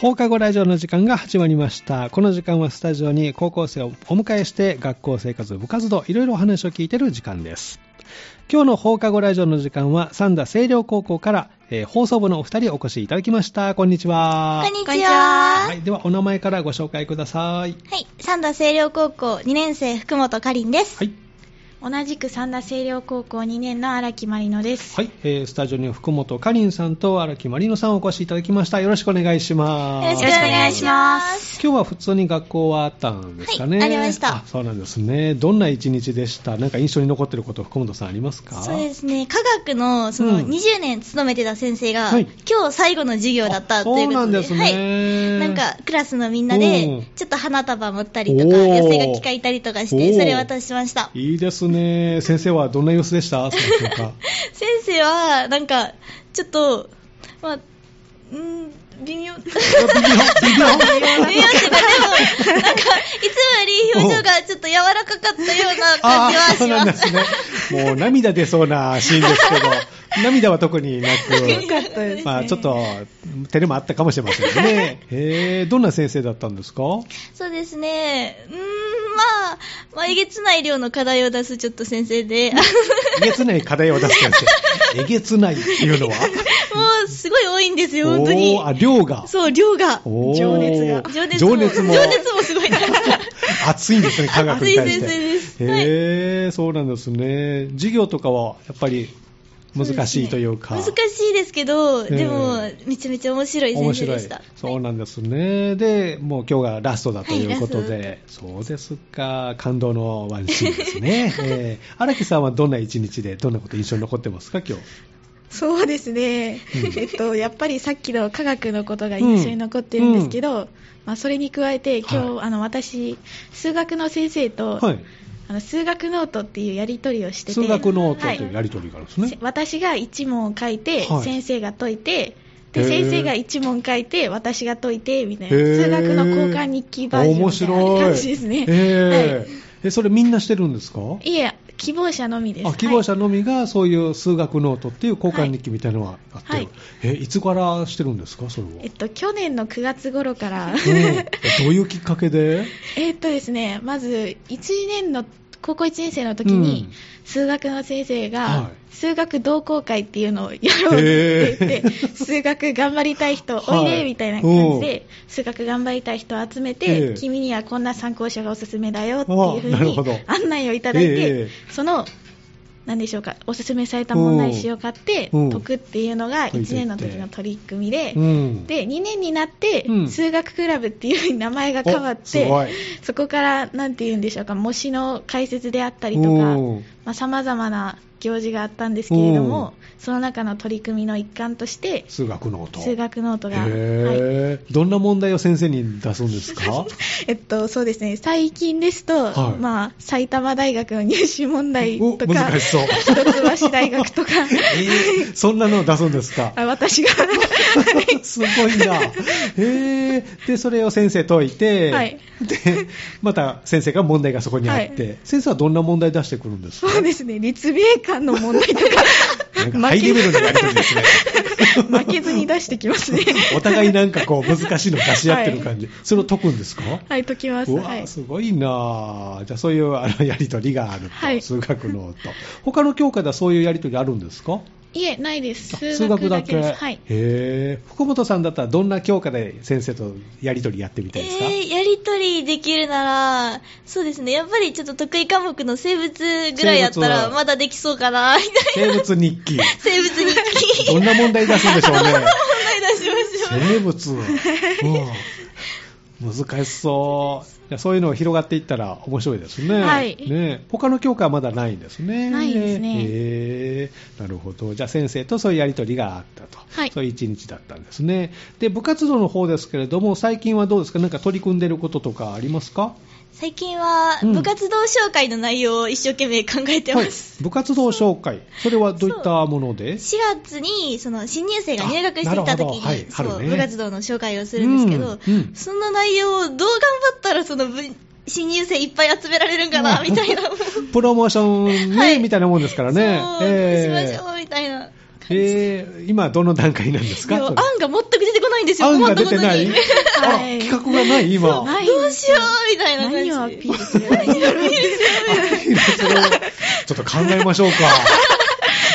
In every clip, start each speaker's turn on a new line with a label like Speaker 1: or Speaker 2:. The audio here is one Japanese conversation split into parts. Speaker 1: 放課後ラジオの時間が始まりました。この時間はスタジオに高校生をお迎えして学校生活、部活動、いろいろお話を聞いている時間です。今日の放課後ラジオの時間は三田清涼高校から、えー放送部のお二人お越しいただきました。こんにちは。
Speaker 2: こんに
Speaker 3: こん
Speaker 2: ち
Speaker 3: にち
Speaker 2: は。
Speaker 3: は
Speaker 1: はい、ではお名前からご紹介ください。
Speaker 2: はい、三田清涼高校2年生福本かりんです。
Speaker 1: はい、
Speaker 3: 同じく三田清涼高校2年の荒木まりのです。
Speaker 1: はい、えースタジオには福本かりんさんと荒木まりのさんをお越しいただきました。よろしくお願いします。
Speaker 2: よろしくお願いします。
Speaker 1: 今日は普通に学校はあったんですかね、
Speaker 2: はいありました
Speaker 1: あそうなんですねどんな一日でしたなんか印象に残ってること福本さんありますか
Speaker 2: そうですね、科学のそうの
Speaker 1: ん
Speaker 2: 20年勤めてた先生が、
Speaker 1: はい
Speaker 2: 今日最後の授業だったということで、
Speaker 1: あそうなんですね
Speaker 2: はい、なんかクラスのみんな
Speaker 1: う
Speaker 2: で
Speaker 1: ん、
Speaker 2: ちょっと花束持ったりと
Speaker 1: お
Speaker 2: か、
Speaker 1: ー
Speaker 2: 寄せ書き書いたりとかして、
Speaker 1: おー
Speaker 2: それ渡しました。
Speaker 1: いいですね先生はどんな様子でしたそうでしょう か
Speaker 2: 先生は、なんか、ちょっと、まあ、んー微妙。
Speaker 1: 微妙微妙
Speaker 2: 微妙っていうか、でも、なんか、いつもより表情がちょっと柔らかかったような感じは
Speaker 1: ーそう
Speaker 2: し
Speaker 1: なん
Speaker 2: ま。
Speaker 1: ですすねもう涙出そうなシーンですけど 涙は特にな
Speaker 3: かっ
Speaker 1: く
Speaker 3: たですね
Speaker 1: まあちょっと照れもあったかもしれませんねへーどんな先生だったんですか
Speaker 2: そうですね。うーん、まあ、まあ、えげつない量の課題を出すちょっと先生で、
Speaker 1: えげつない課題を出す先生えげつないっていうのは
Speaker 2: もうすごい多いんですよ、本当に
Speaker 1: おー。あ量が
Speaker 2: そう、量が。
Speaker 1: おー
Speaker 3: 情熱が
Speaker 2: 情熱も。
Speaker 1: 情熱も
Speaker 2: 情熱もすごいな。
Speaker 1: 熱いんですね、科学に対して。
Speaker 2: 熱い先生ですはい
Speaker 1: へえ、そうなんですね。授業とかはやっぱり 難しいというか。
Speaker 2: 難しいですけど、でも
Speaker 1: え、
Speaker 2: めちゃめちゃ面白い
Speaker 1: 面
Speaker 2: 先生
Speaker 1: 白
Speaker 2: で
Speaker 1: い
Speaker 2: した。
Speaker 1: そうなんですね。で、もう今日がラストだということで、
Speaker 2: はい
Speaker 1: そうですか、感動のワンシーンですね。 えー荒、木さんはどんな一日で、どんなこと印象に残ってますか、今日。
Speaker 3: そうですね、
Speaker 1: うん
Speaker 3: えっと、やっぱりさっきの科学のことが印象に残ってるんですけど、まあ、それに加えて今日、
Speaker 1: は
Speaker 3: あの私数学の先生と、
Speaker 1: はい。
Speaker 3: あの数学ノートっていうやり取りをしてて
Speaker 1: 数学ノー
Speaker 3: は
Speaker 1: トというやりとりがあるんですね。
Speaker 3: せ私が1問書いて、
Speaker 1: はい
Speaker 3: 先生が解いて
Speaker 1: へ
Speaker 3: で
Speaker 1: ー
Speaker 3: 先生が1問書いて私が解いてみたいな
Speaker 1: へー
Speaker 3: 数学の交換日記バージョン
Speaker 1: 面
Speaker 3: みたい
Speaker 1: 白。
Speaker 3: ない感じですね、
Speaker 1: えーえそれみんなしてるんですか
Speaker 3: はい、いえ希望者のみです
Speaker 1: あ希望
Speaker 3: は
Speaker 1: 者のみがそういう数学ノートっていう交換日記みたいなのがあって、
Speaker 3: はい
Speaker 1: えいつからしてるんですかそれは、
Speaker 3: いえっと、去年の9月頃から
Speaker 1: うんえどういうきっかけ で
Speaker 3: えっとですねまず1年の高校1年生の時に、
Speaker 1: うん
Speaker 3: 数学の先生が、
Speaker 1: はい
Speaker 3: 数学同好会っていうのをやろうって言っ
Speaker 1: へ
Speaker 3: て 数学頑張りたい人
Speaker 1: はい
Speaker 3: おいでみたいな感じ
Speaker 1: うん
Speaker 3: で数学頑張りたい人を集め
Speaker 1: ええ
Speaker 3: て君にはこんな参考書がおすすめだよっていうふ
Speaker 1: ああなるほ
Speaker 3: う
Speaker 1: ど
Speaker 3: に案内をいただい
Speaker 1: え
Speaker 3: て
Speaker 1: え
Speaker 3: その何でしょうかおすすめされた問題集を買って
Speaker 1: うん
Speaker 3: 解くっていうの
Speaker 1: 解
Speaker 3: が
Speaker 1: いてって
Speaker 3: 1年の時の取り組みで
Speaker 1: うん
Speaker 3: で2年になって
Speaker 1: うん
Speaker 3: 数学クラブっていうふうに名前が変わっ
Speaker 1: おす
Speaker 3: て
Speaker 1: ごい
Speaker 3: そこからなんて言うんでしょうか模試の解説であったりとか
Speaker 1: うん
Speaker 3: さまざ、まな行事があったんですけれども、その中の取り組みの一環として
Speaker 1: 数学ノート
Speaker 3: 数学ノートが、はい
Speaker 1: へーどんな問題を先生に出すんです か
Speaker 3: えっと、そうですね最近ですと、
Speaker 1: はい
Speaker 3: まあ、埼玉大学の入試問題
Speaker 1: お
Speaker 3: とか
Speaker 1: 難しそう
Speaker 3: 一橋大 学とか
Speaker 1: えーそんなのを出すんですか
Speaker 3: あ私が
Speaker 1: すごいな。へえ。で、それを先生解いて、
Speaker 3: はい
Speaker 1: で、また先生が問題がそこにあって、先生はどんな問題出してくるんですか
Speaker 3: そうですね立命館の問題と
Speaker 1: なんか
Speaker 3: か
Speaker 1: ハイレベル
Speaker 3: 負
Speaker 1: のやりとり ですね。
Speaker 3: け負けずに出してきますね
Speaker 1: お互いなんかこう難しいの出し合ってる感じ。それを解くんですか
Speaker 3: はい解きます
Speaker 1: う
Speaker 3: は
Speaker 1: わ
Speaker 3: い
Speaker 1: すごいなじゃあそういうあのやりとりがあると、
Speaker 3: はい
Speaker 1: 数学のと他の教科ではそういうやりとりあるんですか
Speaker 3: いえないです
Speaker 1: あ
Speaker 3: 数学だけです
Speaker 1: へ
Speaker 3: はい
Speaker 1: え福本さんだったらどんな教科で先生とやりとりやってみたいですか、
Speaker 2: えーやりとりできるなら、そうですね、やっぱりちょっと得意科目の生物ぐらいやった
Speaker 1: 生物
Speaker 2: ら、
Speaker 1: は
Speaker 2: まだできそうかな、み たい
Speaker 1: 生物日記。
Speaker 2: な。生物に聞き、
Speaker 1: どんな問題出すんでしょうね。
Speaker 2: 問題出しま しょう。
Speaker 1: 生物。うん難しそういや。そういうのが広がっていったら面白いですね。
Speaker 3: はい
Speaker 1: ね他の教科はまだないんですね。
Speaker 3: ないですね
Speaker 1: へえなるほど。じゃあ先生とそういうやりとりがあったと。
Speaker 3: はい
Speaker 1: そういう一日だったんですね。で、部活動の方ですけれども、最近はどうですかなんか取り組んでることとかありますか
Speaker 2: 最近は、
Speaker 1: うん
Speaker 2: 部活動紹介の内容を一生懸命考えてます。
Speaker 1: はい。部活動紹介。それはどういったもので
Speaker 2: 4月にその新入生が入学してきた時に、
Speaker 1: あなるほ
Speaker 2: そ
Speaker 1: どはいう春ね
Speaker 2: 部活動の紹介をするんですけど、
Speaker 1: うんうん
Speaker 2: その内容をどう頑張ったらその部新入生いっぱい集められるんかな、
Speaker 1: うん
Speaker 2: みたいな。
Speaker 1: プロモーションね、
Speaker 2: はい
Speaker 1: みたいなもんですからね。
Speaker 2: そう、どうしましょうみたいな感じ。
Speaker 1: えー、今どの段階なんです
Speaker 2: で
Speaker 1: か
Speaker 2: も
Speaker 1: そ
Speaker 2: 案
Speaker 1: れ
Speaker 2: が全く出てこないんですよ。
Speaker 1: 案
Speaker 2: 困
Speaker 1: が
Speaker 2: っ
Speaker 1: 出
Speaker 2: たこ
Speaker 1: て
Speaker 2: と
Speaker 1: ない、
Speaker 2: に。
Speaker 3: はい
Speaker 1: あ企画がない今
Speaker 3: そうない
Speaker 2: どうしようみたいな感じ。
Speaker 3: 何をアピールすればいいの
Speaker 1: それをちょっと考えましょうか。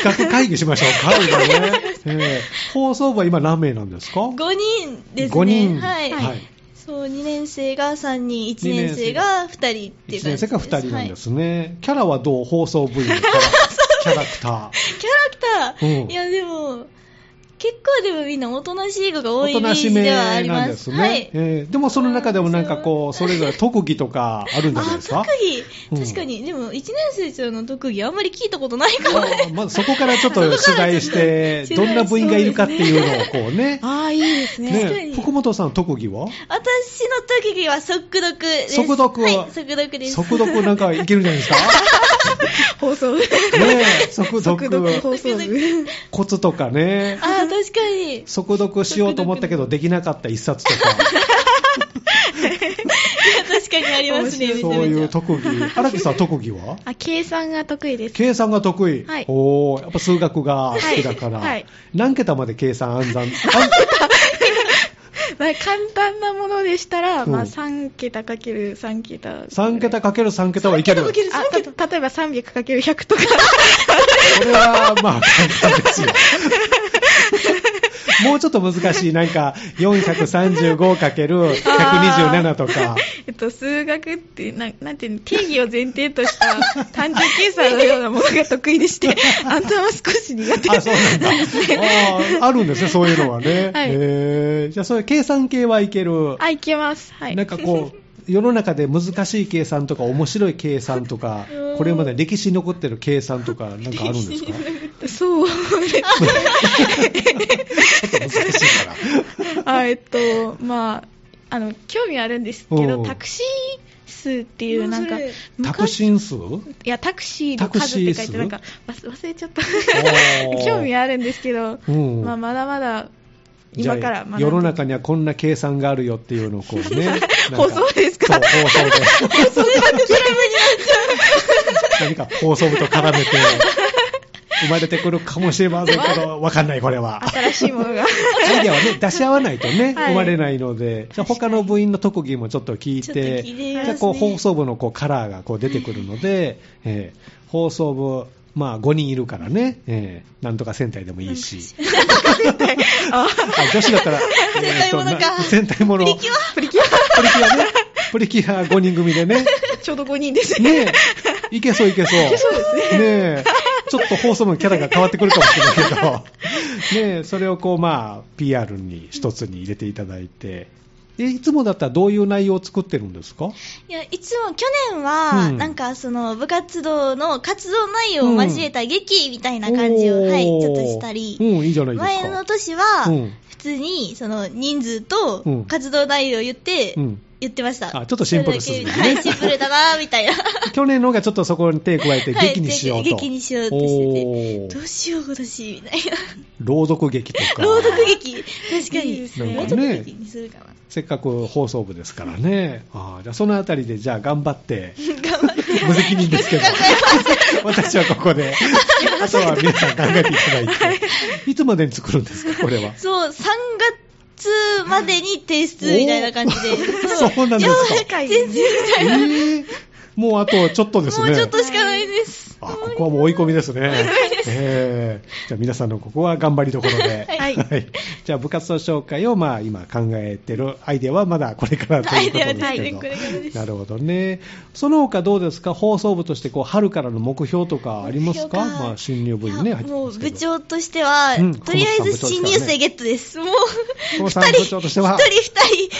Speaker 1: 企画会議しましょうか。今ねえー放送部は今何名なんですか
Speaker 2: ?5 人ですね。
Speaker 1: 五人。
Speaker 2: はい。
Speaker 1: はい。
Speaker 2: そう、2年生が3人、1年生が2人ってい
Speaker 1: 1
Speaker 2: う感じで
Speaker 1: 年生
Speaker 2: す。。
Speaker 1: が2人なんですすね。キャラはどう放送 部員のキャラキャラクター。
Speaker 2: キャラクター、
Speaker 1: うん
Speaker 2: いやでも、結構でもみんなおとなしい子が多いイ
Speaker 1: おと
Speaker 2: メー
Speaker 1: なし
Speaker 2: ジ
Speaker 1: め
Speaker 2: ではあり
Speaker 1: な
Speaker 2: ま。
Speaker 1: んですすね、
Speaker 2: はい。
Speaker 1: えーでもその中でもなんかこう、それぞれ特技とかあるんじゃない
Speaker 2: あ
Speaker 1: ですか
Speaker 2: 特技、
Speaker 1: うん
Speaker 2: 確かに、でも1年生ちゃんの特技、あんまり聞いたことないかも、
Speaker 1: あーまずそこからちょっと取材して、
Speaker 2: そこからちょっと
Speaker 1: どんな部員がいるかっていうのをこうね。
Speaker 3: ああ、いいですね。
Speaker 2: 確かに
Speaker 1: ね福本さん特技は
Speaker 2: 私の特技は速読です、
Speaker 1: 速読
Speaker 2: は、
Speaker 1: はい
Speaker 2: 速読です、
Speaker 1: 速読なんかいけるんじゃないですか
Speaker 3: 放送部。
Speaker 1: ねえ、速
Speaker 3: 速読
Speaker 1: 読、
Speaker 3: 放送部。
Speaker 1: コツとか ね、
Speaker 2: あー確かに、
Speaker 1: 速読しようと思ったけどできなかった一冊とか、
Speaker 2: 確かにありますね、めちゃめち
Speaker 1: そ
Speaker 2: ゃ
Speaker 1: ういう特技。荒木さん特技は
Speaker 3: あ、計算が得意です。
Speaker 1: 計算が得意。
Speaker 3: はい
Speaker 1: おーやっぱ数学が好きだから。
Speaker 3: はいはい
Speaker 1: 何桁まで計算暗算。
Speaker 3: まあ、簡単なものでしたら、
Speaker 1: うん
Speaker 3: まあ、3桁かける3桁。
Speaker 1: 3桁かける3桁はいける。こ
Speaker 3: あた例えば300かける100とか。
Speaker 1: れは、まあ、簡単 ですよ。もうちょっと難しい。なんか、435×127 とか。
Speaker 3: えっと、数学ってな、なんていうの、定義を前提とした単純計算のようなものが得意 でして、あんたは少し苦手
Speaker 1: あ、そうなんだ。あーあるんですね、そういうのはね。
Speaker 3: はい
Speaker 1: えーじゃあ、そういう計算系はいける。
Speaker 3: あ、いけます。はい。
Speaker 1: なんかこう、世の中で難しい計算とか、面白い計算とか、これまで歴史に残ってる計算とか、なんかあるんですか
Speaker 3: そう。
Speaker 1: 難しいから。
Speaker 3: あ、えっと、まあ、あの、興味はあるんですけ
Speaker 1: お
Speaker 3: ど、
Speaker 1: う
Speaker 3: タクシー数っていう、なんか
Speaker 2: もうそれ、
Speaker 1: タクシン数
Speaker 3: いや、タクシーの数って書いて、なんか、忘忘れちゃった。 興味
Speaker 1: あ
Speaker 3: あるんですけど、
Speaker 1: うん
Speaker 3: まあ、まだまだ、
Speaker 1: じゃあ
Speaker 3: 今から学んで
Speaker 1: 世の中にはこんな計算があるよっていうのをこうね。なんか
Speaker 3: 放送ですか
Speaker 1: そう、放送で。何か放送部と絡めて、生まれてくるかもしれませんけど、わかんない、これは。
Speaker 3: 新しいもの が。
Speaker 1: アイデアはね、出し合わないとね、
Speaker 3: は
Speaker 1: 生
Speaker 3: い
Speaker 1: まれないので、じゃあ他の部員の特技もちょっと聞い
Speaker 2: ちょっと聞
Speaker 1: て、
Speaker 2: いてみますね
Speaker 1: じゃあこう放送部のこうカラーがこう出てくるので、えー放送部、まあ5人いるからね、えーなんとか戦隊でもいいし。あ女子だった ら、
Speaker 2: 戦隊もの
Speaker 1: え
Speaker 2: か
Speaker 1: ーとな戦隊もの。プリキュアプリキュアね。プリキュア5人組でね。
Speaker 3: ちょうど5人ですね。
Speaker 1: ねえ、いけそういけそう。ね。え、ちょっと放送のキャラが変わってくるかもしれないけど、ねえ、それをこう、まあ、PR に一つに入れていただいて、え、いつもだったらどういう内容を作ってるんですか
Speaker 2: いや、いつも去年は、
Speaker 1: うん
Speaker 2: なんかその部活動の活動内容を交えた劇みたいな感じを、
Speaker 1: おー
Speaker 2: はい、ちょっとした
Speaker 1: うん
Speaker 2: り、、
Speaker 1: いいじゃないですか。
Speaker 2: 前の年は、
Speaker 1: うん
Speaker 2: 普通にその人数と
Speaker 1: うん
Speaker 2: 活動内容を言って、
Speaker 1: うん
Speaker 2: 言ってました。
Speaker 1: あちょっとシンプルすぎるね
Speaker 2: それだけはい、シンプルだなみたいな。
Speaker 1: 去年の方がちょっとそこに手加えて
Speaker 2: はい
Speaker 1: 劇にしようと。
Speaker 2: 劇劇にしようとし
Speaker 1: お
Speaker 2: て
Speaker 1: ー
Speaker 2: どうしよう、今年、みたい
Speaker 1: 朗読劇とか。
Speaker 2: な。朗読劇、確かに。
Speaker 3: いいです
Speaker 1: ね
Speaker 2: もうちょっと劇にするかな。
Speaker 1: せっかく放送部ですからね。あーじゃあそのあたりで、じゃあ頑張って、
Speaker 2: 頑張って。
Speaker 1: 無責任ですけど、私はここで、あとは皆さん考えていただいて、いつまでに作るんですか、これ は。
Speaker 2: そう、3月までに提出みたいな感じで。
Speaker 1: お そうなんですか
Speaker 2: いや全然
Speaker 1: えーもうあとちょっとです
Speaker 2: も
Speaker 1: ね。
Speaker 2: うちょっとしかないです。
Speaker 1: あ、ここはもう追い込みですね。えーじゃあ皆さんのここは頑張りどころで。
Speaker 3: はい
Speaker 1: じゃあ部活動紹介をまあ今考えてるアイデアはまだこれからということですけど。
Speaker 2: アイデアははいこれからです
Speaker 1: なるほどね。その他どうですか放送部としてこう春からの目標とかありますか
Speaker 2: 目標か
Speaker 1: まあ新入部員ね、入ってき
Speaker 2: も
Speaker 1: ま
Speaker 2: う
Speaker 1: すけ
Speaker 2: 部
Speaker 1: ど。
Speaker 2: 長としては、
Speaker 1: うん
Speaker 2: とりあえず新入生ゲットです。も
Speaker 1: 父
Speaker 2: う、二
Speaker 1: さ
Speaker 2: 人
Speaker 1: ん、
Speaker 2: 一
Speaker 1: 部長と
Speaker 2: 人二
Speaker 1: して
Speaker 2: 人
Speaker 1: は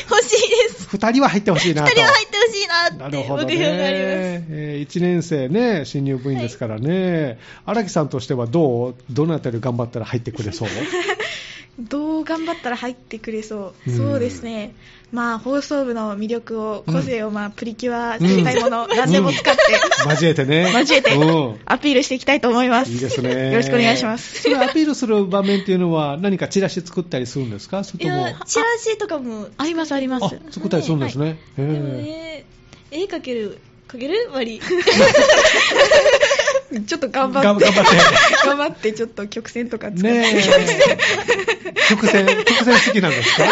Speaker 2: 欲しいです。
Speaker 1: 二人は入ってほしいな
Speaker 2: 二
Speaker 1: と。
Speaker 2: 人は入ってほしいな
Speaker 1: な
Speaker 2: っ
Speaker 1: る
Speaker 2: て
Speaker 1: ほどね。
Speaker 2: 目標があります。
Speaker 1: えー一年生ね、新入部員ですからね。荒、木さんとしてはどうどのあたり頑張ったら入ってくれそう
Speaker 3: どう頑張ったら入ってくれそう。
Speaker 1: うん
Speaker 3: そうですね。まあ、放送部の魅力を、個性を、まあ、プリキュア、
Speaker 1: うん
Speaker 3: 絶対もの、何でも使って、
Speaker 1: 交えてね。
Speaker 3: 交えて
Speaker 1: うん、
Speaker 3: アピールしていきたいと思います。
Speaker 1: いいですね。
Speaker 3: よろしくお願いします。
Speaker 1: それアピールする場面っていうのは、何かチラシ作ったりするんですかそれ
Speaker 2: い
Speaker 1: とも。
Speaker 2: や、チラシとかも、
Speaker 3: あります、ありま
Speaker 1: あ
Speaker 3: す。、
Speaker 1: 作ったりするんですね。へ
Speaker 2: で
Speaker 1: ー
Speaker 2: もね、絵かける、かける割り。
Speaker 3: ちょっと頑張
Speaker 1: 頑
Speaker 3: っ
Speaker 1: 張
Speaker 3: て、
Speaker 1: って。
Speaker 3: 頑張って、ちょっと曲線とか 作って、
Speaker 1: ねえ。曲線、曲線好きなんですか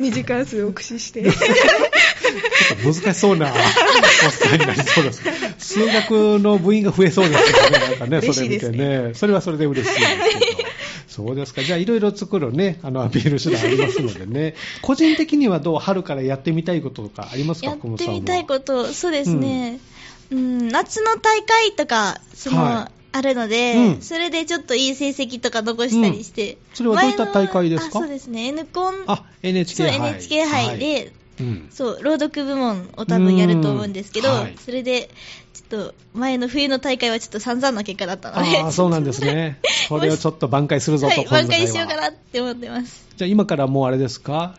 Speaker 3: 2時間数を駆使して。
Speaker 1: ちょっと難しそうなポスターになりそうです。数学の部員が増えそうですけどね、なんかね、
Speaker 3: 嬉
Speaker 1: そ
Speaker 3: し
Speaker 1: れ
Speaker 3: い
Speaker 1: 見
Speaker 3: です
Speaker 1: て
Speaker 3: ね
Speaker 1: ね。それはそれで嬉しいですけど。そうですか。じゃあ、いろいろ作るね、あの、アピール手段ありますのでね。個人的にはどう春からやってみたいこととかありますか、
Speaker 2: やっ
Speaker 1: 小室
Speaker 2: て
Speaker 1: さんは
Speaker 2: みたいこと、そうですね、うん夏の大会とか、その、
Speaker 1: は
Speaker 2: あるので、
Speaker 1: うん
Speaker 2: それでちょっといい成績とか残したりして、
Speaker 1: うんそれはどういった大会ですか
Speaker 2: 前のあそうですね、N コン、
Speaker 1: あ、NHK
Speaker 2: そう
Speaker 1: 杯。
Speaker 2: NHK 杯で、
Speaker 1: うん。
Speaker 2: そう、朗読部門を多分やると思うんですけど、
Speaker 1: うんはい
Speaker 2: それで、ちょっと前の冬の大会はちょっと散々な結果だったので、
Speaker 1: ああ、そうなんです ね。これをちょっと挽回するぞと、
Speaker 2: はい、
Speaker 1: 今度の
Speaker 2: 挽
Speaker 1: 回は
Speaker 2: 回しようかなって思ってます。
Speaker 1: じゃあ今からもうあれですか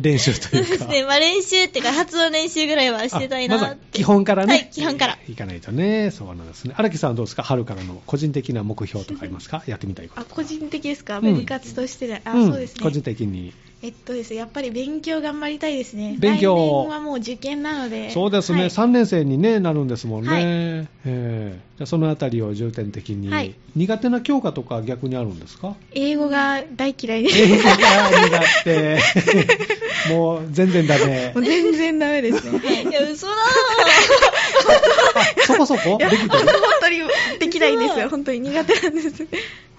Speaker 1: 練習と
Speaker 2: そう
Speaker 1: い
Speaker 2: で
Speaker 1: うか。
Speaker 2: すね、まあ、練習っていうか、発音練習ぐらいはしてたいな
Speaker 1: あ
Speaker 2: っ
Speaker 1: まず
Speaker 2: て。
Speaker 1: は基本からね。
Speaker 2: はい基本から。
Speaker 1: いかないとね。そうなんですね。荒木さんはどうですか春からの個人的な目標とかありますかやってみたいこと
Speaker 3: あ
Speaker 1: とか。
Speaker 3: 個人的ですか、
Speaker 1: うん
Speaker 3: 部活としてで、あ、
Speaker 1: ん
Speaker 3: そうですね。
Speaker 1: 個人的に。
Speaker 3: えっとですね、やっぱり勉強頑張りたいですね。
Speaker 1: 勉強
Speaker 3: 来年はもう受験なので。
Speaker 1: そうですね、
Speaker 3: はい
Speaker 1: 3年生に、ね、なるんですもんね。
Speaker 3: は
Speaker 1: え
Speaker 3: い
Speaker 1: えじゃあそのあたりを重点的に、
Speaker 3: はい
Speaker 1: 苦手な教科とか逆にあるんですか
Speaker 3: 英語が大嫌 いです。
Speaker 1: 英語が苦手。もう全然ダ メ
Speaker 3: も。う全然ダメですね。
Speaker 2: いや、嘘だ
Speaker 1: あそこそこできてる
Speaker 3: 本当にできないんですよ。本当に苦手なんです。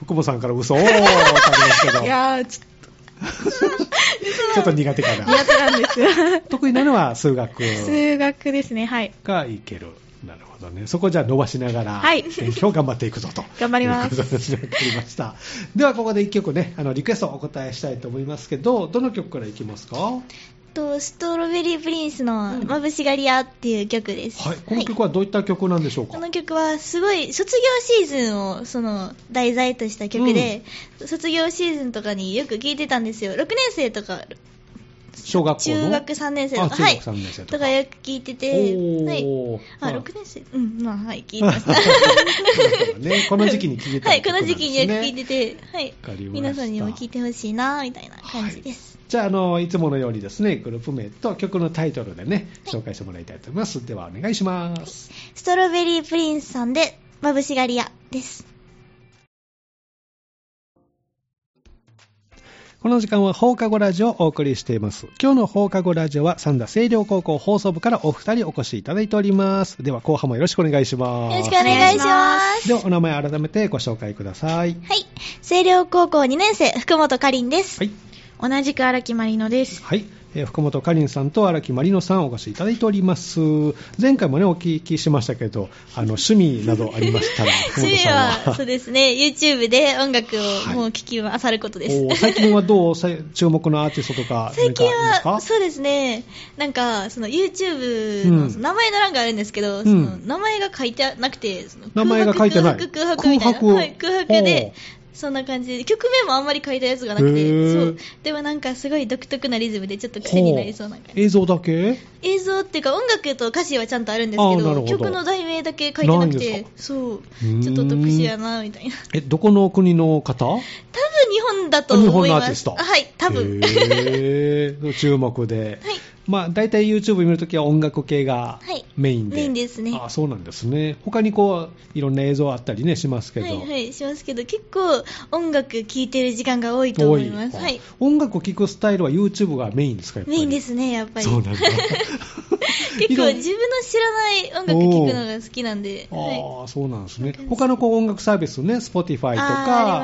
Speaker 1: 福本さんから嘘を感じますけど、
Speaker 3: い
Speaker 1: ち
Speaker 3: やー、ちょっ
Speaker 1: ょっと苦手か
Speaker 3: と苦
Speaker 1: な。
Speaker 3: 手なんですよ。
Speaker 1: 得意なのは数学。
Speaker 3: 数学ですね。はい。
Speaker 1: がいける。なるほどね。そこをじゃあ伸ばしながら、
Speaker 3: はい
Speaker 1: 勉強を頑張っていくぞと。
Speaker 3: 頑張りま
Speaker 1: と
Speaker 3: す
Speaker 1: いうことですねわかりました。では、ここで一曲ね、あの、リクエストをお答えしたいと思いますけど、どの曲からいきますかは
Speaker 2: と、ストロベリープリンスのまぶしがり屋っていう曲です。
Speaker 1: い。この曲はどういった曲なんでしょうか、
Speaker 2: この曲はすごい卒業シーズンをその題材とした曲で、卒業シーズンとかによく聴いてたんですよ。6年生とか、
Speaker 1: 小学校の
Speaker 2: 中学3年生と
Speaker 1: あ
Speaker 2: か、
Speaker 1: 中
Speaker 2: は
Speaker 1: 学
Speaker 2: い。
Speaker 1: 3年生と
Speaker 2: と
Speaker 1: か。
Speaker 2: かよく聴いてて、はい。
Speaker 1: おー
Speaker 2: あ、
Speaker 1: はい
Speaker 2: 6年生うん、まあ、はい、聴いてました。
Speaker 1: ね、この時期に聴いてた
Speaker 2: はい、こ
Speaker 1: 曲な
Speaker 2: の
Speaker 1: んですね
Speaker 2: 時期によく聴いてて、はい
Speaker 1: かりまし。た
Speaker 2: 皆さんにも聴いてほしいな、みたいな感じです。
Speaker 1: じゃあ、あの、いつものようにですね、グループ名と曲のタイトルでね、紹介してもらいたいと思います。では、お願いします。
Speaker 2: ストロベリープリンスさんで、まぶしがり屋です。
Speaker 1: この時間は放課後ラジオをお送りしています。今日の放課後ラジオは三田清涼高校放送部からお二人お越しいただいております。では後半もよろしくお願いします。
Speaker 2: よろしくお願いし
Speaker 3: お願
Speaker 2: ます。
Speaker 1: ではお名前改めてご紹介ください。
Speaker 2: はい。星稜高校2年生、福本かりんです。
Speaker 1: はい。
Speaker 3: 同じく荒木まりのです。
Speaker 1: はい。えー福本かりんさんと荒木まりのさんお越しいただいております。前回もね、お聞きしましたけど、あの、趣味などありました ら、福本
Speaker 2: 趣味
Speaker 1: さん
Speaker 2: は、
Speaker 1: は。
Speaker 2: そうですね、YouTube で音楽
Speaker 1: はい
Speaker 2: をもう聴きあさることです。
Speaker 1: おー最近はどうさ注目のアーティストとか、
Speaker 2: 最
Speaker 1: 何か
Speaker 2: 近
Speaker 1: あり
Speaker 2: は、
Speaker 1: ますか
Speaker 2: そうですね、なんか、その YouTube
Speaker 1: うん
Speaker 2: のその名前の欄があるんですけど、
Speaker 1: ん
Speaker 2: その名前が書いてなくて、その
Speaker 1: 名前が書いてない
Speaker 2: 空白、空白みたい
Speaker 1: 空
Speaker 2: な。
Speaker 1: 白
Speaker 2: はい、空白で、そんな感じで、曲名もあんまり書いたやつがなく
Speaker 1: へ
Speaker 2: て、
Speaker 1: ー
Speaker 2: そう。でもなんかすごい独特なリズムで、ちょっと癖になりそうな感じ
Speaker 1: ほ。う映像だけ
Speaker 2: 映像っていうか音楽と歌詞はちゃんとあるんです
Speaker 1: あー
Speaker 2: け
Speaker 1: なる
Speaker 2: ど
Speaker 1: ほど
Speaker 2: 曲の題名だけ書いてな
Speaker 1: ない
Speaker 2: く
Speaker 1: んです
Speaker 2: て
Speaker 1: か
Speaker 2: そう
Speaker 1: ーん
Speaker 2: ちょっと特殊やなみたいな
Speaker 1: え、どこの国の方
Speaker 2: 多分日本だと思い
Speaker 1: 日本のア
Speaker 2: ま
Speaker 1: ーティス
Speaker 2: す
Speaker 1: ト
Speaker 2: あはい多分
Speaker 1: へー注目で。
Speaker 2: はい
Speaker 1: まあ、大体 YouTube 見るときは音楽系が
Speaker 2: はい
Speaker 1: メインで。
Speaker 2: メインですね
Speaker 1: あそうなんですね。他にこう、いろんな映像あったりね、しますけど。
Speaker 2: はいはいしますけど結構音楽聴いてる時間が多いと思います
Speaker 1: 多
Speaker 2: はい
Speaker 1: 音楽を聴くスタイルは YouTube がメインですかやっぱ
Speaker 2: メ
Speaker 1: り
Speaker 2: インですねやっぱり
Speaker 1: そうなんだ。
Speaker 2: 結構
Speaker 1: いろ
Speaker 2: 自分の知らない音楽聴くのが好きなんではい
Speaker 1: ああ、そうなんですね
Speaker 2: そうなんで。す
Speaker 1: 他のこう音楽サービスね、Spotify と
Speaker 2: あーあり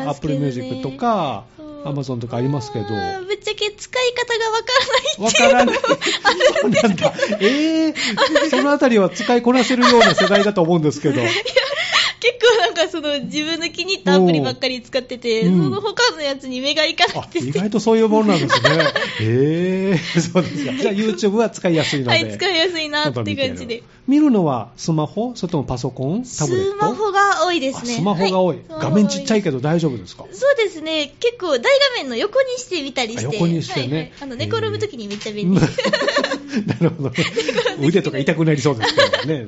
Speaker 1: か、
Speaker 2: ますけ
Speaker 1: Apple
Speaker 2: どね
Speaker 1: Music とか
Speaker 2: そ、う
Speaker 1: Amazon とかありますけど。
Speaker 2: あーぶっちゃけ使い方がわ
Speaker 1: わ
Speaker 2: か
Speaker 1: から
Speaker 2: ない
Speaker 1: ら
Speaker 2: って
Speaker 1: ないい。
Speaker 2: うのも
Speaker 1: そうなんだ。 ええそのあたりは使いこなせるような世代だと思うんですけど。
Speaker 2: 結構なんかその自分の気に入ったアプリばっかり使ってて、
Speaker 1: おーうん
Speaker 2: その他のやつに目がいかな
Speaker 1: あ
Speaker 2: く、 て
Speaker 1: 意外とそういうものなん ですね。ええそうですか。じゃあ YouTube は使いやすいので。
Speaker 2: はい、使いやすいなって感じ
Speaker 1: 見て
Speaker 2: で
Speaker 1: る。見るのはスマホそれともパソコンタブレット
Speaker 2: スマホが多いです
Speaker 1: あ
Speaker 2: ね。
Speaker 1: スマホが多い。
Speaker 2: は
Speaker 1: 画面ちっちゃい
Speaker 2: ど。
Speaker 1: けど大丈夫ですか
Speaker 2: そうですね、結構大画面の横にして見たりして。
Speaker 1: あ横にしてね
Speaker 2: はいはいあの、寝転ぶときにめっちゃ便 利。
Speaker 1: なる ほどね。腕とか痛くなりそうですけどね。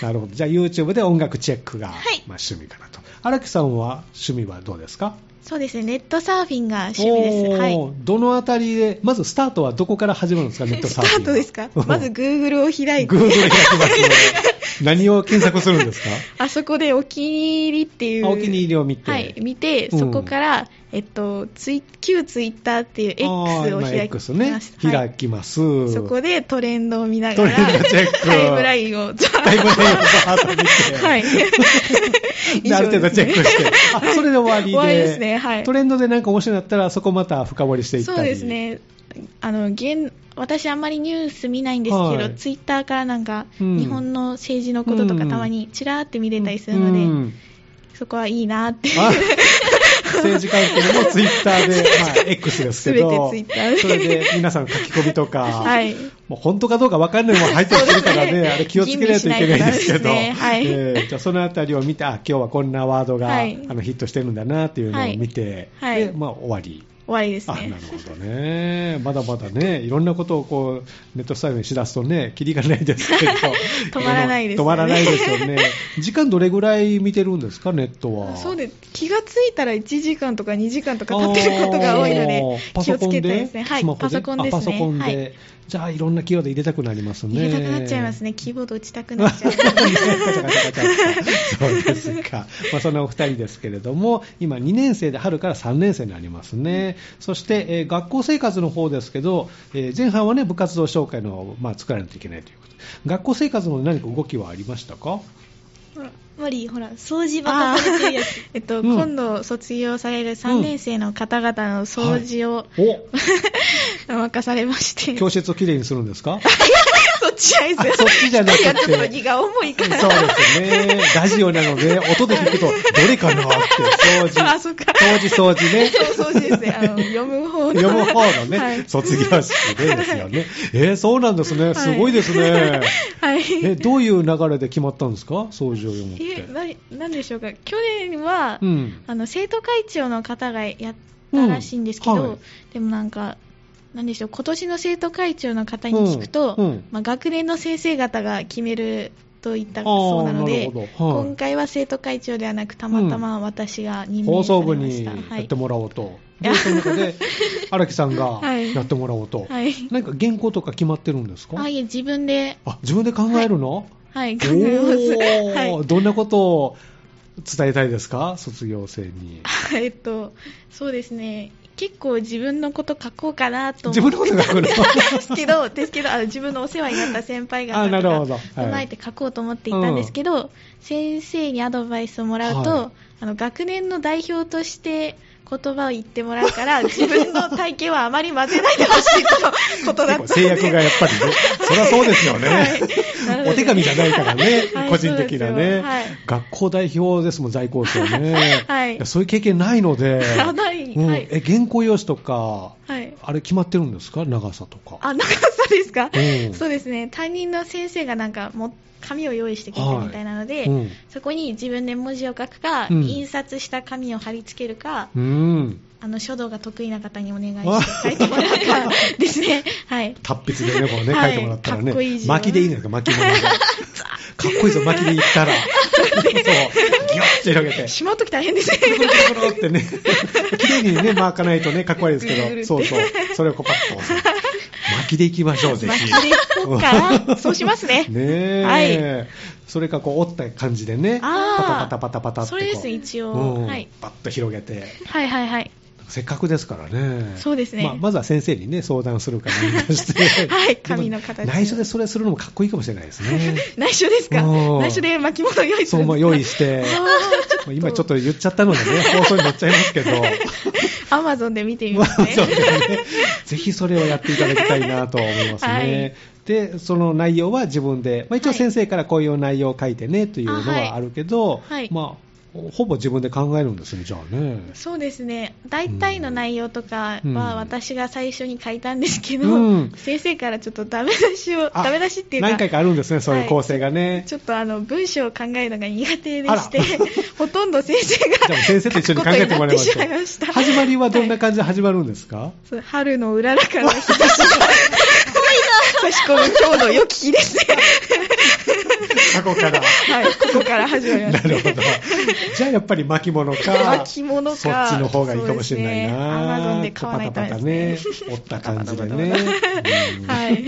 Speaker 1: なるほど。じゃあ YouTube で音楽チェックが、
Speaker 2: はい
Speaker 1: まあ、趣味かなと。荒木さんは趣味はどうですか
Speaker 3: そうですね、ネットサーフィンが趣味です。はい。
Speaker 1: おーどのあたりで、まずスタートはどこから始まるんです か、ネット
Speaker 3: ス
Speaker 1: サ
Speaker 3: タ
Speaker 1: ーフィンは。
Speaker 3: ートですかまず
Speaker 1: グ
Speaker 3: Google を開いて
Speaker 1: Google 開きま すね何を検索するんですか
Speaker 3: あそこでお気に入りっていう
Speaker 1: あお気に入りを見て。
Speaker 3: はい、見て
Speaker 1: うん
Speaker 3: そこから、えっと、ツイ旧ツイッターっていう X を
Speaker 1: あー今
Speaker 3: 開きま
Speaker 1: X
Speaker 3: す
Speaker 1: ね、
Speaker 3: は
Speaker 1: 開
Speaker 3: い、
Speaker 1: きます。
Speaker 3: そこでトレンドを見なが
Speaker 1: トレ
Speaker 3: ら
Speaker 1: ンドチェック
Speaker 3: タイム ラインをザーッ
Speaker 1: タイムラインをバーッと見て。
Speaker 3: はい
Speaker 1: である程度チェック して。あ、それで終わりで。
Speaker 3: 終わりですねはい
Speaker 1: トレンドでなんか面白いなったら、そこまた深掘りしていったり。
Speaker 3: そうです。ねあの現私あんまりニュース見ないんですけど、
Speaker 1: はい
Speaker 3: ツイッターからなんか、
Speaker 1: うん
Speaker 3: 日本の政治のことと
Speaker 1: う
Speaker 3: か
Speaker 1: ん
Speaker 3: たまにちらーって見れたりするので、
Speaker 1: うん
Speaker 3: そこはいいなって
Speaker 1: あ政治関係もツイッタ ーで、まあ、X ですけど、
Speaker 3: 全て Twitter で
Speaker 1: それで皆さん書き込みとか、
Speaker 3: はい
Speaker 1: もう本当かどうか分かんないもん入ってくるからね、
Speaker 3: そうですね
Speaker 1: あれ気をつけないといけないですけど、
Speaker 3: 吟味しないとダメですねはい
Speaker 1: えーじゃあそのあたりを見て、あ今日はこんなワードが、
Speaker 3: はい
Speaker 1: あのヒットしてるんだなっていうのを見て、
Speaker 3: はいは
Speaker 1: で
Speaker 3: い
Speaker 1: まあ、終わり。
Speaker 3: 終わりです
Speaker 1: あ
Speaker 3: ね
Speaker 1: なるほどね、まだまだね、いろんなことをこうネットサイトにしだすとね、キリがないですけど、
Speaker 3: 止まらないですよね
Speaker 1: 止まらないですよね、時間どれぐらい見てるんですか、ネットは。
Speaker 3: そうです気がついたら1時間とか2時間とか経ってることが多いので
Speaker 1: あーパ
Speaker 3: 気
Speaker 1: ソ
Speaker 3: を
Speaker 1: コ
Speaker 3: つ
Speaker 1: ン
Speaker 3: けたい
Speaker 1: で
Speaker 3: ですねはい
Speaker 1: スマホ
Speaker 3: パソコンですね
Speaker 1: あパソコンで、
Speaker 3: はい
Speaker 1: じゃあいろんなキーワード入れたくなりますね
Speaker 3: 入れたくなっち ゃいますねキーボード打ちたく
Speaker 1: ガ
Speaker 3: なっ
Speaker 1: チ
Speaker 3: ちゃ
Speaker 1: ャ
Speaker 3: う
Speaker 1: ガチャガチャガチャそうですか、まあ、そんなお二人ですけれども今2年生で春から3年生になりますね、そして、えー学校生活の方ですけど、えー前半は、ね、部活動紹介の、まあ、作らないといけないということ学校生活の何か動きはありましたか
Speaker 2: ほらマリー、ほら、掃除ばっかされてるやつ。
Speaker 3: えっと、
Speaker 1: うん
Speaker 3: 今度卒業される3年生の方々の掃除を、
Speaker 1: お
Speaker 3: 任されまして、
Speaker 1: 教室をきれいにするんですか
Speaker 3: そっち合
Speaker 1: あそっちじゃなくて
Speaker 3: 一人はちょっと荷が重い
Speaker 1: そう
Speaker 3: か
Speaker 1: で
Speaker 3: ら。
Speaker 1: すね。ラジオなので、音で聞くと、どれかなって、掃
Speaker 3: あ、
Speaker 1: 除。
Speaker 3: そっか。
Speaker 1: 掃除、掃除ね。
Speaker 3: そう、掃除ですね。あの、読む方の。
Speaker 1: 読む方のね、
Speaker 3: はい。
Speaker 1: 卒業式でですよね。えーそうなんですね。すごいです ね。
Speaker 3: はい。
Speaker 1: え、どういう流れで決まったんですか掃除を読むっ
Speaker 3: え、
Speaker 1: て。
Speaker 3: な、なんでしょうか。去年は、
Speaker 1: うん。
Speaker 3: あの、生徒会長の方がやったらしいんですけど、
Speaker 1: うんはい
Speaker 3: でもなんか、なんでしょう今年の生徒会長の方に聞くと、
Speaker 1: うんうん
Speaker 3: まあ、学年の先生方が決めるといったそうなので
Speaker 1: あーなるほどはい
Speaker 3: 今回は生徒会長ではなくたまたま私が任
Speaker 1: 放
Speaker 3: 命さ
Speaker 1: 送部
Speaker 3: れま
Speaker 1: に
Speaker 3: した、
Speaker 1: や
Speaker 3: は
Speaker 1: っ
Speaker 3: い
Speaker 1: てもらおうと。で、その中 で、荒木さんが
Speaker 3: はい
Speaker 1: やってもらおうと。
Speaker 3: はい、
Speaker 1: 何か原稿とか決まってるんですか
Speaker 3: あいえ自分で、
Speaker 1: あ、自分で考えるの、
Speaker 3: はい、考え
Speaker 1: お
Speaker 3: ます。
Speaker 1: ーどんなことを伝えたいですか、卒業生に。
Speaker 3: はい、えっと、そうですね、結構自分のこと書こうかなと
Speaker 1: 自
Speaker 3: 思っ
Speaker 1: 分のこと書くの
Speaker 3: たんですけど、 ですけどあの自分のお世話になった先輩
Speaker 1: あ
Speaker 3: 方
Speaker 1: な
Speaker 3: が
Speaker 1: るほどは
Speaker 3: 踏
Speaker 1: い
Speaker 3: まえて書こうと思っていたんですけど、先生にアドバイスをもらうと、
Speaker 1: はい
Speaker 3: あの学年の代表として、言葉を言ってもらう から、自分の体験はあまり混ぜないでほしいとことだった
Speaker 1: 結
Speaker 3: の
Speaker 1: 構
Speaker 3: で。
Speaker 1: 制約がやっぱりね、そりゃそうですよね、
Speaker 3: なので
Speaker 1: お手紙じゃないからね、
Speaker 3: はい
Speaker 1: 個人的なね、
Speaker 3: はい
Speaker 1: 学校代表ですもん、在校生ね、
Speaker 3: はい
Speaker 1: やそういう経験ないので、
Speaker 3: あない
Speaker 1: うん
Speaker 3: はい
Speaker 1: え原稿用紙とか、
Speaker 3: はい。
Speaker 1: あれ決まってるんですか、長さとか。
Speaker 3: あ、長さですか
Speaker 1: うん
Speaker 3: そうですね。担任の先生がなんかも、紙を用意してくれたみたいなので、
Speaker 1: うん
Speaker 3: そこに自分で文字を書くか、
Speaker 1: うん
Speaker 3: 印刷した紙を貼り付けるか、
Speaker 1: うん
Speaker 3: あの書道が得意な方にお願いして書いてもらうかで すね。はい。
Speaker 1: 達筆でね、こうね、
Speaker 3: は
Speaker 1: 書い
Speaker 3: い
Speaker 1: てもらったら
Speaker 3: かっこ
Speaker 1: ね
Speaker 3: いい、字を
Speaker 1: 巻きでいいんですか、巻き物 で。かっこいいぞ、巻きでいったら。そう、ギョッと広げて。
Speaker 3: しまうとき大変ですね。
Speaker 1: コロコロコロってね、綺麗にね、巻かないとね、かっこ悪いです
Speaker 3: ぐ
Speaker 1: け
Speaker 3: るぐるっ
Speaker 1: ど、
Speaker 3: て
Speaker 1: そうそう、それをこうパッと押す。巻きでいきましょう、ぜ
Speaker 3: 巻
Speaker 1: ひ。
Speaker 3: きでいこうか な。そうしますね。
Speaker 1: ねえ、
Speaker 3: はい
Speaker 1: それかこう折った感じでね、
Speaker 3: あ
Speaker 1: パタパタ
Speaker 3: ー
Speaker 1: パタパタってこう。
Speaker 3: それですね一応
Speaker 1: うん
Speaker 3: はい
Speaker 1: パッと広げて。
Speaker 3: はいはいはい。
Speaker 1: せっかくですからね。
Speaker 3: そうですね
Speaker 1: まあ、まずは先生にね、相談するからお願いして。
Speaker 3: はい紙の形
Speaker 1: でも内緒でそれするのもかっこいいかもしれないですね。
Speaker 3: 内緒ですか
Speaker 1: おー
Speaker 3: 内緒で巻物を用意す
Speaker 1: そう、
Speaker 3: るん
Speaker 1: まあ、
Speaker 3: ですか
Speaker 1: 用意して。まあ今ちょっと言っちゃったの でね、放送に載っちゃいますけど。
Speaker 3: アマゾンで見てみますね。
Speaker 1: そうですねぜひそれをやっていただきたいなと思いますね。
Speaker 3: はい
Speaker 1: で、その内容は自分で、まあ、一応
Speaker 3: はい
Speaker 1: 先生からこういう内容を書いてねというの
Speaker 3: あはい
Speaker 1: はあるけど、
Speaker 3: はい
Speaker 1: まあ、ほぼ自分で考えるんですね、じゃあね。
Speaker 3: そうですね大体の内容とか
Speaker 1: うん
Speaker 3: は私が最初に書いたんですけど、
Speaker 1: うん
Speaker 3: 先生からちょっとダメ出しを
Speaker 1: あ
Speaker 3: ダメ出しっていうか
Speaker 1: 何回かあるんですね、そういう構成がね。
Speaker 3: ちょっとあの文章を考えるのが苦手でして
Speaker 1: あ
Speaker 3: ほとんど先生
Speaker 1: じゃ
Speaker 3: が
Speaker 1: あ先生と一緒に考えてもらいましょ
Speaker 3: 書くことになってしまいました
Speaker 1: 始まりはどんな感じで始まるんですか、
Speaker 3: そう春のうららかな日差しが
Speaker 1: そ
Speaker 3: 差し込む今日 の良き日ですね。
Speaker 1: 過去から。
Speaker 3: はい、ここから始まりま
Speaker 1: な
Speaker 3: す、
Speaker 1: る
Speaker 3: ね。
Speaker 1: ほど。じゃあやっぱり巻物か。
Speaker 3: 巻物か
Speaker 1: そっちの方がいいかもしれないな。
Speaker 3: そうですね Amazon で買わないと
Speaker 1: パタパタね。折った感じでね。
Speaker 3: パタ
Speaker 1: うん
Speaker 3: はい。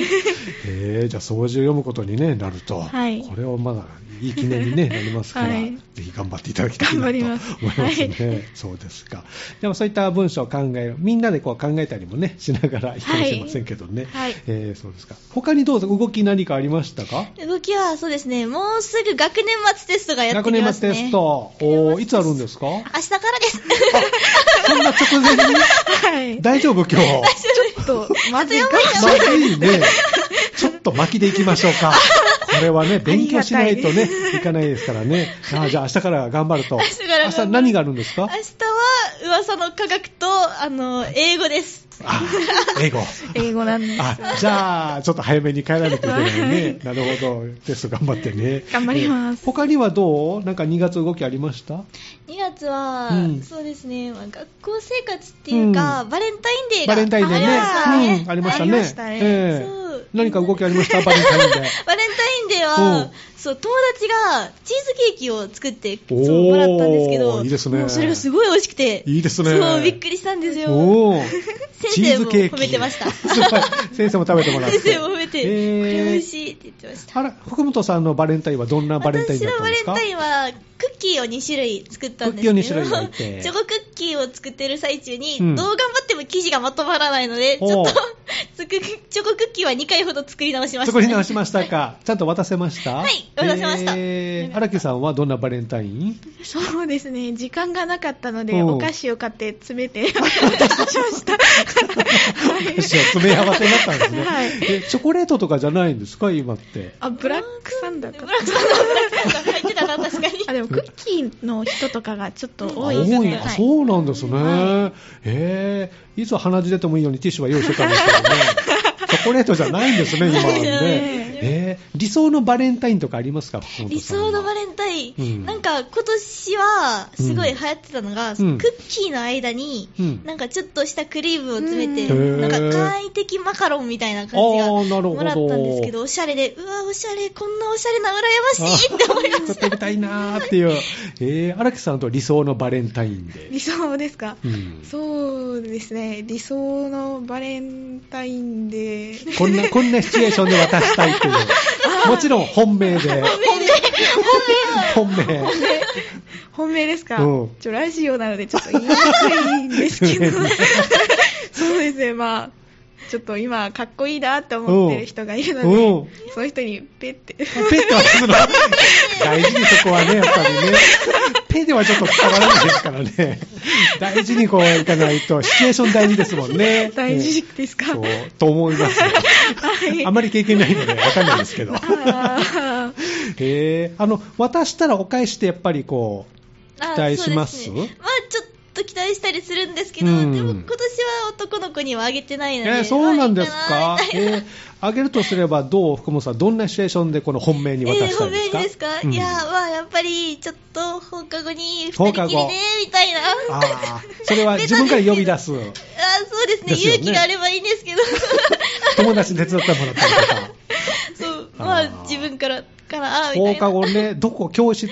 Speaker 1: えーじゃあ掃除を読むことに、ね、なると、
Speaker 3: はい
Speaker 1: これをまだいい記念に、 ね、なりますから、
Speaker 3: はい
Speaker 1: ぜひ頑張っていただきたいなと
Speaker 3: 頑張
Speaker 1: 思い
Speaker 3: り
Speaker 1: ま
Speaker 3: ますす
Speaker 1: ね。そうですか。でもそういった文章を考える、みんなでこう考えたりもね、しながらいいかもしれませんけどね。
Speaker 3: はい
Speaker 1: えーそうですか。他にどうぞ動き何かありましたか
Speaker 2: 動きはそうですね、もうすぐ学年末テストがやって
Speaker 1: 学
Speaker 2: き
Speaker 1: 年
Speaker 2: ますね。
Speaker 1: 末テス。ト。おーいつあるんですか
Speaker 2: 明日からです。
Speaker 1: そんな直前に
Speaker 3: はい。
Speaker 1: 大丈夫今日。
Speaker 3: ちょっと、まずいか
Speaker 1: まずいね。ちょっと巻きでいきましょうか。これはね、勉強しないとね、いかないですからね。あーじゃあ明日から頑張ると。明
Speaker 2: 明日から頑張る
Speaker 1: 日何があるんです
Speaker 2: 明
Speaker 1: か
Speaker 2: 日は噂の科学と、あの、英語です。
Speaker 1: あー、英語。
Speaker 3: 英語なんで。
Speaker 1: あ、じゃあ、ちょっと早めに帰らないといけないね。なるほど。テスト頑張ってね。
Speaker 3: 頑張ります
Speaker 1: え他にはどうなんか2月動きありました
Speaker 2: 2月は、
Speaker 1: うん
Speaker 2: そうですね、まあ学校生活っていうか、
Speaker 1: うん
Speaker 2: バレンタインデー
Speaker 1: バ
Speaker 2: が
Speaker 1: レンタインデー
Speaker 2: あ
Speaker 1: ね。う
Speaker 2: りましたね
Speaker 1: んありましたね。
Speaker 3: ありましたね
Speaker 1: ええ
Speaker 2: そう
Speaker 1: 何か動きありましたバレンタインデー。
Speaker 2: バレンタインデー
Speaker 1: う
Speaker 2: は
Speaker 1: ん、
Speaker 2: そう、友達がチーズケーキを作って、
Speaker 1: おー
Speaker 2: そう、もらったんですけど、
Speaker 1: いいですね
Speaker 2: もうそれがすごい美味しくて、
Speaker 1: いいですね
Speaker 2: そう、びっくりしたんですよ。
Speaker 1: おお。
Speaker 2: 先生も褒めてました
Speaker 1: 先生も食べてもら って。
Speaker 2: 先生も褒めて、
Speaker 1: えー
Speaker 2: これ美味しいって言ってました。
Speaker 1: あら、福本さんのバレンタインはどんなバレンタイン
Speaker 2: 私
Speaker 1: だっ
Speaker 2: の
Speaker 1: たんで
Speaker 2: バレ
Speaker 1: す
Speaker 2: ン
Speaker 1: か
Speaker 2: タインはクッキーを2種類作ったんですけど
Speaker 1: クッキーを2種類焼いて
Speaker 2: チョコクッキーを作ってる最中に、
Speaker 1: うん
Speaker 2: どう頑張っても生地がまとまらないのでちょ
Speaker 1: おう
Speaker 2: っとつくチョコクッキーは2回ほど作り直しました
Speaker 1: 作り直しましたか。ちゃんと渡せました
Speaker 2: はい渡せました
Speaker 1: えー荒木さんはどんなバレンタイン
Speaker 3: そうですね、時間がなかったので、
Speaker 1: うん
Speaker 3: お菓子を買って詰めて 渡しました。はい
Speaker 1: 私は詰め合わせになったんですね。
Speaker 3: はい
Speaker 1: えチョコレートとかじゃないんですか今って。
Speaker 3: あ、ブラックサンダーか
Speaker 2: ブ。ラックサンダーブラックサンダー入ってたな確かに
Speaker 3: あ、でもクッキーの人とかがちょっと多
Speaker 1: あ
Speaker 3: いですね。
Speaker 1: あ
Speaker 3: はい
Speaker 1: そうなんですね。
Speaker 3: は
Speaker 1: えーいつ鼻血出てもいいようにティッシュは用意してたんですけど ね。チョコレートじゃないんですね、今は
Speaker 2: そうです
Speaker 1: ね
Speaker 2: ね。
Speaker 1: えー理想のバレンタインとかありますか福本さんは
Speaker 2: 理想のバレンタイン、
Speaker 1: うん
Speaker 2: なんか今年はすごい流行ってたのが、
Speaker 1: うん
Speaker 2: クッキーの間に、
Speaker 1: うん
Speaker 2: なんかちょっとしたクリームを詰めて、
Speaker 1: うん
Speaker 2: なんか
Speaker 1: へー
Speaker 2: 簡易的マカロンみたいな感じ
Speaker 1: あーな
Speaker 2: が
Speaker 1: るほど
Speaker 2: もらったんですけどおしゃれでうわおしゃれこんなおしゃれな羨ましいって思いま
Speaker 1: ちょっ と
Speaker 2: した
Speaker 1: 食べたいなーって いう。えー荒木さんと理想のバレンタインで。
Speaker 3: 理想ですか、
Speaker 1: うん
Speaker 3: そうですね、理想のバレンタイ ンデー。
Speaker 1: こんな、こんなシチュエーションで渡したいっていう。もちろん本命で。本命。本命。
Speaker 3: 本命ですか、
Speaker 1: うん
Speaker 3: ちょラジオなのでちょっと言いにくいんです けどそうですねまあちょっと今かっこいいなって思ってる人がいるので、
Speaker 1: うんうん
Speaker 3: その人にペッて
Speaker 1: ペットはするの。 大事にそこはね、やっぱりね。ペではちょっと伝わらないですからね。大事にこういかないと、シチュエーション大事ですもんね。
Speaker 3: 大事
Speaker 1: ね
Speaker 3: ですか、
Speaker 1: そう、と思いますよ。
Speaker 3: はい
Speaker 1: あまり経験ないので、わかんないですけ ど。
Speaker 3: あー
Speaker 1: へえ、あの、渡したらお返しってやっぱりこう、期待します
Speaker 2: あそうですねまあちょっと期待したりするんですけど、
Speaker 1: うん
Speaker 2: でも今年は男の子にはあげてないので、
Speaker 1: えーそうなんですか
Speaker 2: まあいいなみたいな、
Speaker 1: えーあげるとすれば、どう、福本さん、どんなシチュエーションでこの本命に渡したいですか、
Speaker 2: えー、本命ですか、
Speaker 1: うん
Speaker 2: いやー、まあ、やっぱり、ちょっと放課後に二
Speaker 1: 放
Speaker 2: 人
Speaker 1: 課後
Speaker 2: きりで、みたいな。
Speaker 1: ああ、そ れは自分から呼び出す。
Speaker 2: あーそうですね
Speaker 1: ですよね
Speaker 2: 勇気があればいいんですけど、
Speaker 1: 友達に手伝ってもらったりとか。
Speaker 2: そう、まあ
Speaker 1: あー、
Speaker 2: 自分から、から、あーみたい
Speaker 1: 放
Speaker 2: な。
Speaker 1: 課後ね、どこ教室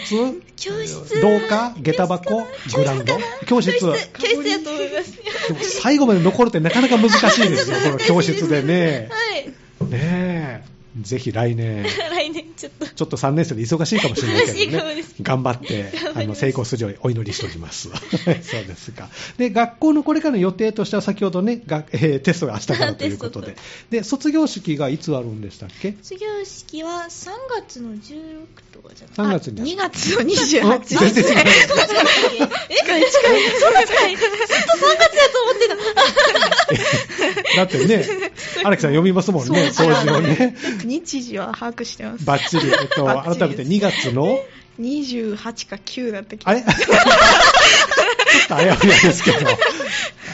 Speaker 2: 教室
Speaker 1: 廊下下駄箱グラウンド教室
Speaker 2: 教室教室やと思います。
Speaker 1: でも最後まで残るってなかなか難しい ですよ、この教室でね。
Speaker 2: はい。
Speaker 1: ねえ、ぜひ来年。
Speaker 2: 来年、ちょっと。
Speaker 1: ちょっと3年生で忙しいかもしれないけど
Speaker 2: 忙しいかも
Speaker 1: ね
Speaker 2: です、
Speaker 1: 頑張って
Speaker 2: 頑張
Speaker 1: あ
Speaker 2: り
Speaker 1: の
Speaker 2: ます
Speaker 1: 成功するようにお祈りしており ます。そうですか。で、学校のこれからの予定としては、先ほどね、がえーテストが明日からということで
Speaker 2: テ、
Speaker 1: で卒業式がいつあるんでしたっけ
Speaker 2: 卒業式は3月の16とかじゃない
Speaker 1: ?3 月に。
Speaker 3: 2月の
Speaker 1: あ
Speaker 3: 28
Speaker 1: 全然違う
Speaker 2: え近い近い。そうだ近い。ずっと3月やと思ってた。
Speaker 1: だってね、荒木さん読みますもんね、掃除をね。
Speaker 3: 日時は把握してます
Speaker 1: バッチリ、えっと、
Speaker 3: バッチリ
Speaker 1: 改めて2月の、
Speaker 3: 28か9だった気
Speaker 1: あ
Speaker 3: が
Speaker 1: れっとあやふやですけど、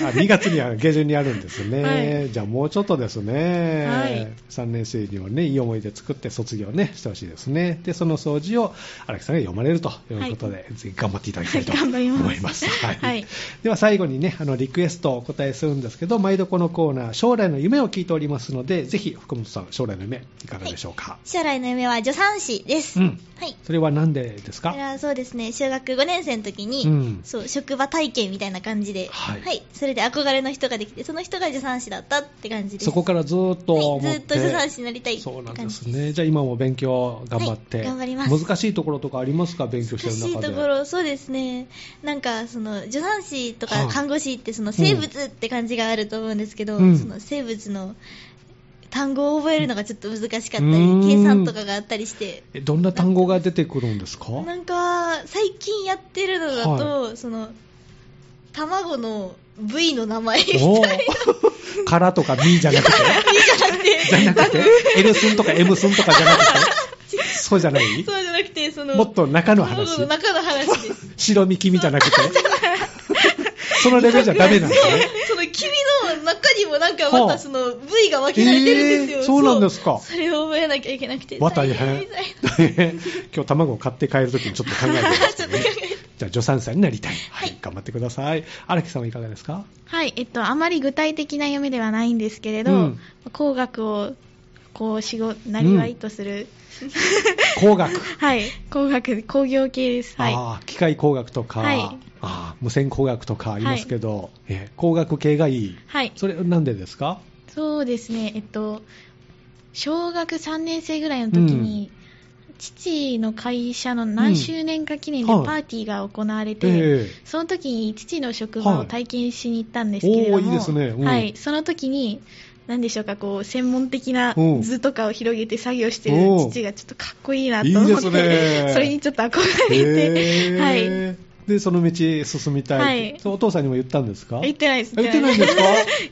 Speaker 1: あ2月には下旬にあるんですね、
Speaker 3: は
Speaker 1: じゃあもうちょっとですね、
Speaker 3: はい
Speaker 1: 3年生にはね、いい思い出作って卒業ね、してほしいですね、でその掃除を荒木さんが読まれるということで、ぜひ頑張っていただきたいと
Speaker 3: はい頑張ります
Speaker 1: 思います。はい
Speaker 3: はい
Speaker 1: では最後にね、あのリクエストをお答えするんですけど、毎度このコーナー、将来の夢を聞いておりますので、ぜひ福本さん、将来の夢、いかがでしょうか。
Speaker 2: 将来の夢は助産師です。
Speaker 1: うん
Speaker 2: はい。
Speaker 1: それは何でです
Speaker 2: そ
Speaker 1: か
Speaker 2: れはそうですね、小学5年生の時に、
Speaker 1: うん
Speaker 2: そう、職場体験みたいな感じで、
Speaker 1: はい
Speaker 2: それで憧れの人ができて、その人が助産師だったって感じです。
Speaker 1: そこからずーっと思って、
Speaker 2: はいずっと助産師になりたいって
Speaker 1: そうなん
Speaker 2: 感じ
Speaker 1: で
Speaker 2: です
Speaker 1: すね。じゃあ今も勉強頑張って、
Speaker 2: はい頑張ります
Speaker 1: 難しいところとかありますか勉強してる
Speaker 2: 難し
Speaker 1: 中で。
Speaker 2: いところ、そうですね。なんか、その、助産師と
Speaker 1: はい
Speaker 2: か看護師って、その、生物って感じがあると思うんですけど、
Speaker 1: うん
Speaker 2: その、生物の単語を覚えるのがちょっと難しかったり、
Speaker 1: うん
Speaker 2: 計算とかがあったりして、
Speaker 1: えどんな単語が出てくるん ですか？
Speaker 2: なんか、最近やってるのだと、その、卵の部位の名前 みたいな、
Speaker 1: おーからとかみじゃなくて、じゃなくて、L 寸とか M 寸とかじゃなくて、そうじゃない？
Speaker 2: そうじゃなくて、その、
Speaker 1: もっと中の
Speaker 2: 卵
Speaker 1: 話
Speaker 2: の、中の話です。
Speaker 1: 白身君じゃなくて、そのレベルじゃダメなんですね。
Speaker 2: その君の中にもなんか
Speaker 1: は
Speaker 2: ま
Speaker 1: あ
Speaker 2: たその部位が分けられてるんですよ、
Speaker 1: えーそうなんですか
Speaker 2: そうそれを覚えなきゃいけなくて
Speaker 1: わ大変
Speaker 2: みたいな
Speaker 1: 今日卵を買って帰るときにちょっと考えてます、ね
Speaker 2: ちょっと考えて、
Speaker 1: じゃあ助産師さんになりたい、はい
Speaker 2: はい
Speaker 1: 頑張ってください荒木さんはいかがですか
Speaker 3: はい、えっと、あまり具体的な夢ではないんですけれど、
Speaker 1: うん
Speaker 3: 工学を、こう、仕事、なりわいとする、
Speaker 1: 工学、
Speaker 3: はい、工学、工業系です。はい。
Speaker 1: あー機械工学とか、
Speaker 3: はい
Speaker 1: あー無線工学とかありますけど、えー工学系がいい
Speaker 3: はい。
Speaker 1: それなんでですか
Speaker 3: そうですね、えっと、小学3年生ぐらいの時に、父の会社の何周年か記念で
Speaker 1: うんはい
Speaker 3: パーティーが行われて、
Speaker 1: え
Speaker 3: その時に父の職場を体験しに行ったんですけれども、
Speaker 1: はいおーいいですねうん
Speaker 3: はい、その時に、何でしょうか、こう、専門的な
Speaker 1: うん
Speaker 3: 図とかを広げて作業してる
Speaker 1: おー
Speaker 3: 父がちょっとかっこいいなと
Speaker 1: いい
Speaker 3: 思
Speaker 1: で
Speaker 3: っ
Speaker 1: す
Speaker 3: て、
Speaker 1: ね
Speaker 3: それにちょっと憧れて、
Speaker 1: えー
Speaker 3: はい。
Speaker 1: でその道進みたい、
Speaker 3: はい
Speaker 1: そうお父さんにも言ったんですか
Speaker 3: 言ってないです。
Speaker 1: あ言ってないんですか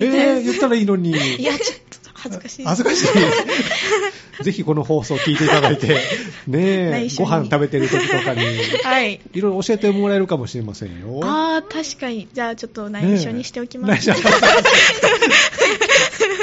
Speaker 3: 言ってない
Speaker 1: えー
Speaker 3: です
Speaker 1: 言ったらいいのに
Speaker 3: いや、ちょっと恥ずかしいです
Speaker 1: 恥ずかし い。ぜひこの放送を聞いていただいて、ねえ
Speaker 3: 内、緒
Speaker 1: ご
Speaker 3: に
Speaker 1: 飯食べてる時とかに、
Speaker 3: はい。
Speaker 1: いろいろ教えてもらえるかもしれませんよ。
Speaker 3: ああ、確かに。じゃあ、ちょっと
Speaker 1: ね
Speaker 3: 内
Speaker 1: え
Speaker 3: 緒にしておきます。
Speaker 1: 内緒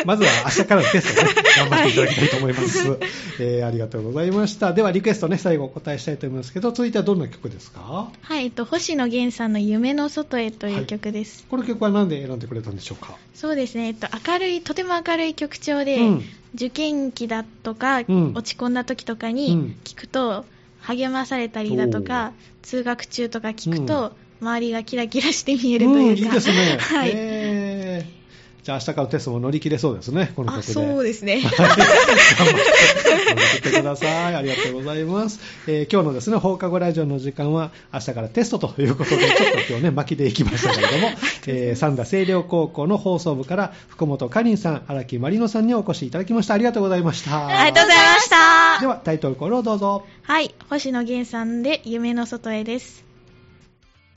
Speaker 1: まずは明日からのテストね、頑張っていただきたいと思います。 えーありがとうございました。ではリクエストね、最後お答えしたいと思いますけど、続いてはどんな曲ですか
Speaker 3: はい、えっと、星野源さんの夢の外へと
Speaker 1: はいいう
Speaker 3: 曲です。
Speaker 1: この曲は何で選んでくれたんでしょうか
Speaker 3: そうですね、えっと、明るい、とても明るい曲調で、
Speaker 1: うん
Speaker 3: 受験期だとか、
Speaker 1: ん
Speaker 3: 落ち込んだ時とか
Speaker 1: う
Speaker 3: に
Speaker 1: ん
Speaker 3: 聞くと、励まされたりだとか、通学中とか聞くと、周りがキラキラして見えるというか。
Speaker 1: ん、いいですね。
Speaker 3: はい。
Speaker 1: えーじゃあ明日からのテストも乗り切れそうですね、この曲
Speaker 3: あ、
Speaker 1: で。
Speaker 3: そうです ね。
Speaker 1: 頑張ってください。ありがとうございます。えー今日のですね、放課後ラジオの時間は明日からテストという ことで、ちょっと今日ね、巻きでいきましたけれども、えー三田清涼高校の放送部から福本かりんさん、荒木まりのさんにお越しいただきました。ありがとうございました。
Speaker 3: ありがとうございました。
Speaker 1: では、タイトルコールをどうぞ。
Speaker 3: はい、星野源さんで夢の外へです。